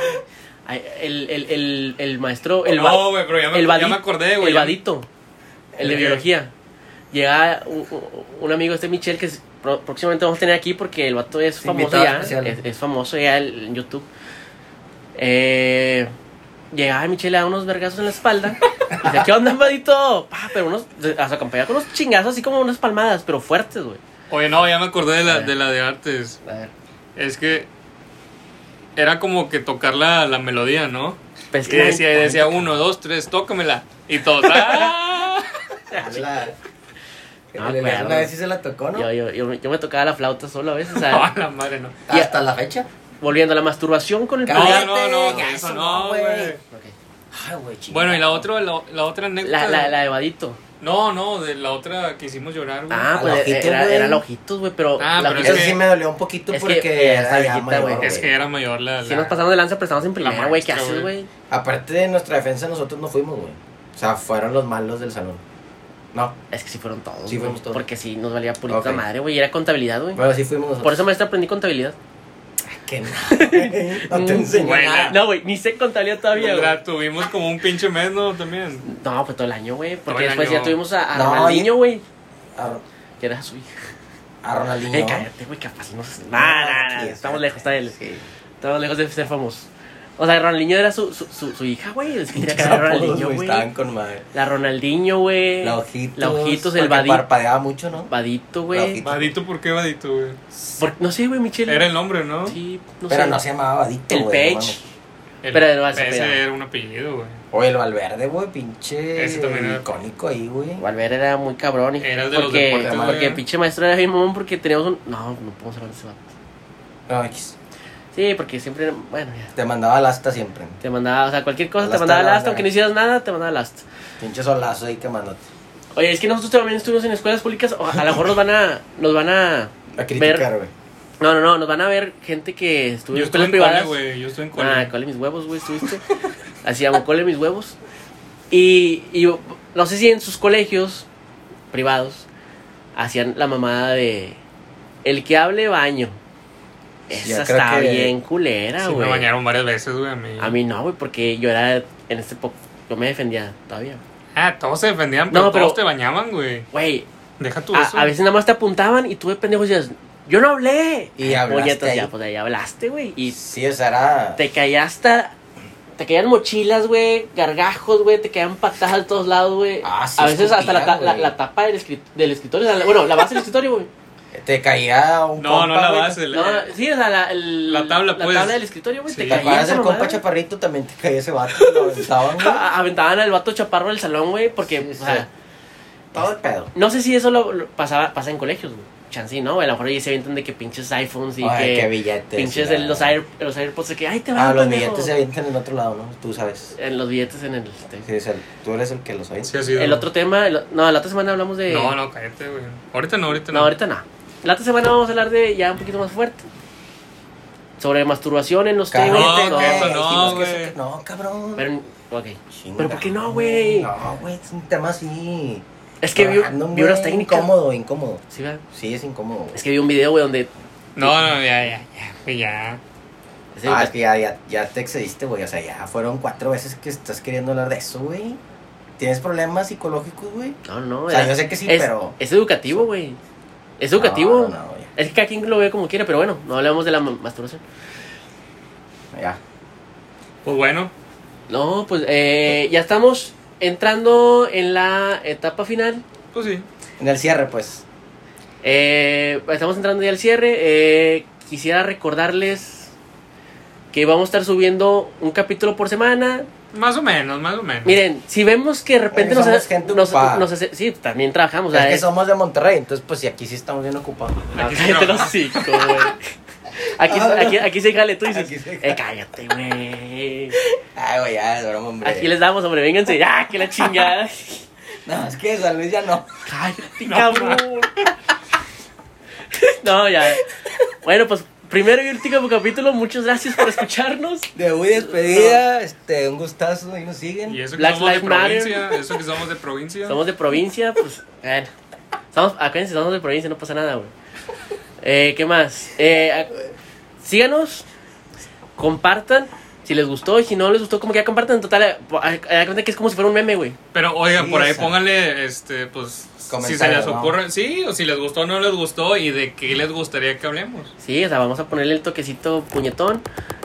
Ay, El, el, el, el maestro, el, va- no, güey, pero ya me, el ya vadi- me acordé, güey. el ya- Eh, vadito, el de ¿El qué? biología. Llega un, un amigo este Michel que es- pro- próximamente vamos a tener aquí porque el vato es famoso Invitado ya, es, especial. es famoso ya el- en YouTube. Eh, llegaba Michel le daba unos vergazos en la espalda. Y Dice, ¿qué onda, (laughs) vadito? Pa, pero unos, o sea, acompañado con unos chingazos así como unas palmadas, pero fuertes, güey. Oye, no, ya me acordé de A la ver. de, la de artes. (laughs) A ver. Es que era como que tocar la, la melodía, ¿no? Pues y decía, y (laughs) decía uno, dos, tres, tócamela. Y todos, ¡ah! No El Elian acuerdo. a ver si se la tocó, ¿no? Yo, yo, yo, me- yo me tocaba la flauta solo a veces. o No, sea, (laughs) a la madre no. y- Hasta la fecha. volviendo a la masturbación con el pulgar. Cállate, no, no, ya eso no, güey. Ok. Ay, güey, chingada. Bueno, y la otra, la, la otra anécdota. La, la, la de Vadito. No, no, de la otra que hicimos llorar, güey. Ah, A pues la ojito, era, güey. era la ojitos, güey, pero, Ah, la pero ojito- Eso es que- sí me dolió un poquito es que- porque eh, era viejita, ya mayor, güey. es que era mayor la. Si la- nos pasamos de lanza, pero estamos en primera, güey. ¿Qué maestra, haces, güey. güey? Aparte de nuestra defensa, nosotros no fuimos, güey. O sea, fueron los malos del salón. No, Es que sí fueron todos. Sí güey, fuimos todos. Porque sí, nos valía purita Ok. madre, güey. y Era contabilidad, güey. bueno, pues- sí fuimos nosotros. Por eso, maestra, aprendí contabilidad. Que no, güey. no (laughs) te enseñó Güey, la- nada. No, Mm, güey, ni sé contabilidad todavía, güey. Pues, La tuvimos como un pinche mes, ¿no? También. No, pues todo el año, güey. Todo Porque el después año. ya tuvimos a, a No, Ronaldinho, güey. A, Que era su hija. a Ronaldinho. Eh, cállate, güey, capaz. No sé. Nah, nah, nah, Sí, es estamos cierto. lejos, está bien. Sí. Estamos lejos de ser famosos. O sea, Ronaldinho era su, su, su, su hija, güey. Es que tenía (laughs) que Pinches haber apodos, Ronaldinho, güey, güey. Estaban con madre. La Ronaldinho, güey. La ojitos. La ojitos, el porque vadito. Parpadeaba mucho, ¿no? Vadito, La güey. Ojito. Vadito, ¿por qué Vadito, güey? Por- No sé, güey, Michelle. Era el nombre, ¿no? Sí, no Pero sé. no se llamaba vadito, el güey. Page. no El- Pero era ese ese pedo. era un apellido, güey. mames. O el Valverde, güey, pinche. Ese también era- Icónico ahí, güey. Valverde era muy cabrón. y- Era el de los porque, deportes, Porque güey. pinche maestro era bien mamón porque teníamos un... No, no podemos hablar de ese vato. No, X. Sí, porque siempre... era- Bueno, ya. Te mandaba lasta siempre. Te mandaba, o sea, cualquier cosa Al te hasta mandaba la last, banda. aunque no hicieras nada, te mandaba last. Pinche solazo ahí quemándote. Oye, es que nosotros también estuvimos en escuelas públicas, o a lo mejor nos van a, nos van a, A criticar, güey. no, no, no, nos van a ver gente que estuvo en Yo estuve escuelas en cole, privadas. güey. Yo estuve en cole. ah, cole mis huevos, güey, estuviste. (laughs) Así llamo, cole mis huevos. Y, y yo- no sé si en sus colegios privados hacían la mamada de el que hable baño. Yo Esa creo está que- bien culera, sí, ah, güey. me bañaron varias veces, güey, a mí. A mí no, güey, porque yo era en este poco, yo me defendía todavía. Ah, todos se defendían, pero, No, pero- todos te bañaban, güey. Güey, Deja tu eso. a, a veces nada más te apuntaban y tú de pendejo decías, yo no hablé. Y hablaste Puñetas, ahí. ya, pues ahí hablaste, güey. Y Sí, o sea, era. te caía hasta. Te caían mochilas, güey, gargajos, güey, te caían patadas de todos lados, güey. Ah, sí, a veces hasta la, ta- escupían, la- güey. la tapa del, escrit- del escritorio, o sea, la- bueno, la base del escritorio, (laughs) güey. Te caía un No, compa, no la güey. base. No, sí, o sea, la, el- La tabla, pues. tabla del escritorio, güey, Sí. te ¿Te caía. acuerdas esa del mamada, compa güey. chaparrito? También te caía ese vato. Lo aventaban, güey. A- (laughs) Aventaban al vato chaparro del salón, güey, porque, Sí, o sí. sea, Todo el pedo. no sé si eso lo, lo pasaba, pasa en colegios, güey. Chansey, ¿no? güey? A lo mejor ahí se avientan de que pinches iPhones y Ay, que. qué billetes. pinches la- de los, air, los AirPods de que, ay, te van Ah, los pendejo". billetes se avientan en el otro lado, ¿no? Tú sabes. En los billetes, en el. este. Sí, es el- tú eres el que los avienta. Sí, ha sido. El otro tema, el- no, la otra semana hablamos de. No, no, cállate, güey. Ahorita no, ahorita no. No, ahorita no. La otra semana vamos a hablar de ya un poquito más fuerte. Sobre masturbación en los Cállate, temas. no, no. que eso no, dijimos que eso güey. que- No, cabrón. Pero, ok. Chinga. pero ¿por qué no, güey? No, güey, es un tema así. Es que vi, Random, vi güey, unas técnicas. Incómodo, incómodo. Sí, ¿verdad? Sí, es incómodo. güey. Es que vi un video, güey, donde. No, no, ya, ya, ya, güey, ya. ese- ah, es que ya, ya, ya te excediste, güey. O sea, ya fueron cuatro veces que estás queriendo hablar de eso, güey. ¿Tienes problemas psicológicos, güey? No, no, O sea, era- yo sé que sí, es, pero- Es educativo, güey. Es educativo. No, no, no, ya. Es que cada quien lo ve como quiere, pero bueno, no hablamos de la ma- masturbación. Ya. Pues bueno, No, pues eh, ya estamos entrando en la etapa final. pues sí. En el cierre, pues. Eh, estamos entrando ya al cierre. Eh, quisiera recordarles que vamos a estar subiendo un capítulo por semana. Más o menos, más o menos. Miren, si vemos que de repente Porque nos, somos gente nos, ocupada. nos hace- sí, también trabajamos. o sea, es (laughs) que es- somos de Monterrey, entonces, pues, si aquí sí estamos bien ocupados. No, Aquí sí cállate trabaja. los hocico, güey. Aquí, Ah, aquí, aquí se jale tú y Aquí dices, se eh, cállate, güey. Ay, güey, ya, es broma, hombre. Aquí les damos, hombre, vénganse. Ya, que la (laughs) chingada. No, es que San Luis ya no. Cállate, No, cabrón. (laughs) No, ya. Bueno, pues primero y último capítulo. Muchas gracias por escucharnos. De muy despedida, este, un gustazo, y nos siguen. Y eso que Black somos de Lives Matter. provincia, eso que somos de (laughs) provincia. Somos de provincia, pues. Bueno. Estamos, acuérdense, estamos de provincia, no pasa nada, güey. Eh, ¿Qué más? Eh, a- síganos, compartan. Si les gustó y si no les gustó, como que ya compartan. Total, eh, po- a- a- a cuenta que es como si fuera un meme, güey. Pero oigan, Sí, por ahí o sea, pónganle, este, pues, si se comentarios, les ¿no? ocurre, sí, o si les gustó o no les gustó y de qué les gustaría que hablemos. Sí, o sea, vamos a ponerle el toquecito puñetón.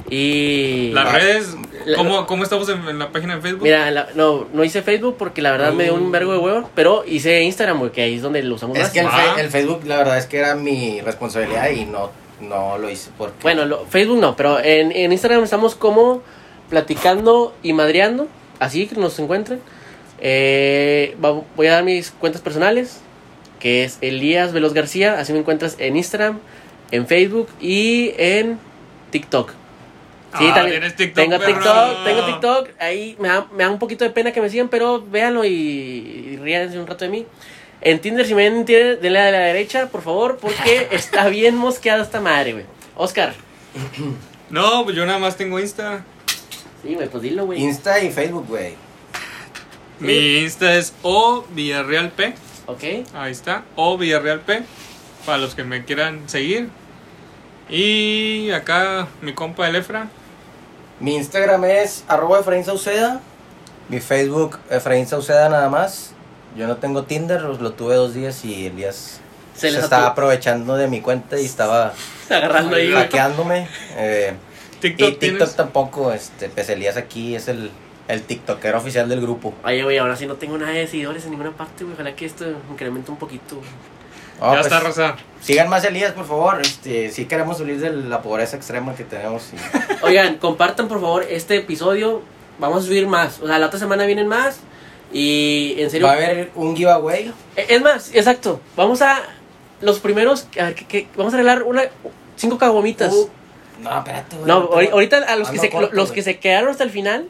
Y. Las redes, La- ¿cómo, cómo estamos en, en la página de Facebook? Mira, la- no, no hice Facebook porque la verdad me dio un vergo de huevo. Pero hice Instagram, güey, que ahí es donde lo usamos Es más. que el, Ah. fe- el Facebook, la verdad es que era mi responsabilidad y no, no lo hice porque. Bueno, lo- Facebook no, pero en, en Instagram estamos como platicando y madreando, así que nos encuentren. Eh, va- voy a dar mis cuentas personales, que es Elías Veloz García. Así me encuentras en Instagram, en Facebook y en TikTok. Sí, Ah, también tienes TikTok, tengo perro. TikTok, tengo TikTok. Ahí me da, me da un poquito de pena que me sigan, pero véanlo y, y ríanse un rato de mí. En Tinder, si me ven en Tinder, denle a la derecha, por favor, (laughs) porque está bien mosqueada esta madre, güey. Oscar. No, pues yo nada más tengo Insta. Sí, güey, pues dilo, güey. Insta y Facebook, güey. Mi Insta es o Villarreal P. Ok. Ahí está. O Villarreal P. Para los que me quieran seguir. Y acá mi compa el Efra. Mi Instagram es arroba Efraín Sauceda. Mi Facebook, Efraín Sauceda nada más. Yo no tengo Tinder, pues, lo lo tuve dos días y Elías Se se, les estaba atu- aprovechando de mi cuenta y estaba (laughs) Agarrando ahí, güey. hackeándome. eh, TikTok, y TikTok tienes. tampoco, este, pues Elías aquí es el, el TikTokero oficial del grupo. Oye, güey, ahora sí no tengo nada de seguidores en ninguna parte, güey. Ojalá que esto incremente un poquito. güey. No, ya pues, está, Rosa. Sigan más Elías, por favor. Este, si queremos salir de la pobreza extrema que tenemos. (laughs) y- Oigan, compartan por favor este episodio. Vamos a subir más. O sea, la otra semana vienen más. Y en serio. Va a haber un giveaway. E- Es más, exacto. Vamos a. Los primeros. A ver, ¿qué- qué? vamos a arreglar una. Cinco caguamitas. Uh, no, espérate, güey. ah, no, tengo- ahori- ahorita a los, que Ando se, corto, los güey. que se quedaron hasta el final.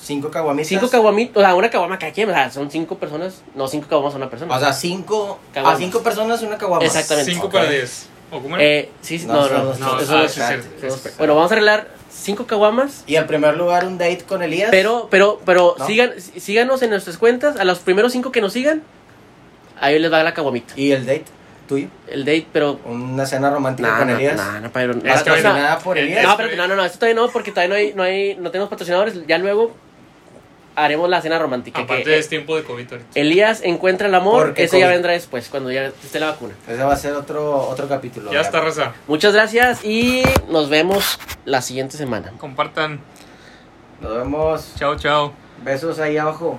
Cinco caguamitas. Cinco caguamitas. O sea, una caguama cada quien. O sea, son cinco personas. No, cinco caguamas a una persona. O sea, cinco. A Caguamas. cinco personas una caguama. Exactamente. 5 Ok. para 10. ¿O cómo era? eh, sí, sí, no, no. son- no, no, eso ah, no sí, es- bueno, vamos a arreglar cinco caguamas. Y en primer lugar, un date con Elías. Pero, pero, pero, ¿No? sigan, sí- síganos en nuestras cuentas. A los primeros cinco que nos sigan, ahí les va la caguamita. Y el date tuyo. El date, pero. Una cena romántica No, con no, Elías. no, no, pero- Es que o sea, Patrocinada por Eh, Elías. No, pero no, no, no, esto todavía no, porque todavía no hay, no hay, no tenemos patrocinadores. Ya luego haremos la cena romántica. Aparte que, eh, es tiempo de COVID ahorita. Elías encuentra el amor, Porque eso ya COVID. vendrá después, cuando ya esté la vacuna. Ese va a ser otro, otro capítulo. Ya ¿verdad? está, Rosa. Muchas gracias y nos vemos la siguiente semana. Compartan. Nos vemos. Chao, chao. Besos ahí abajo.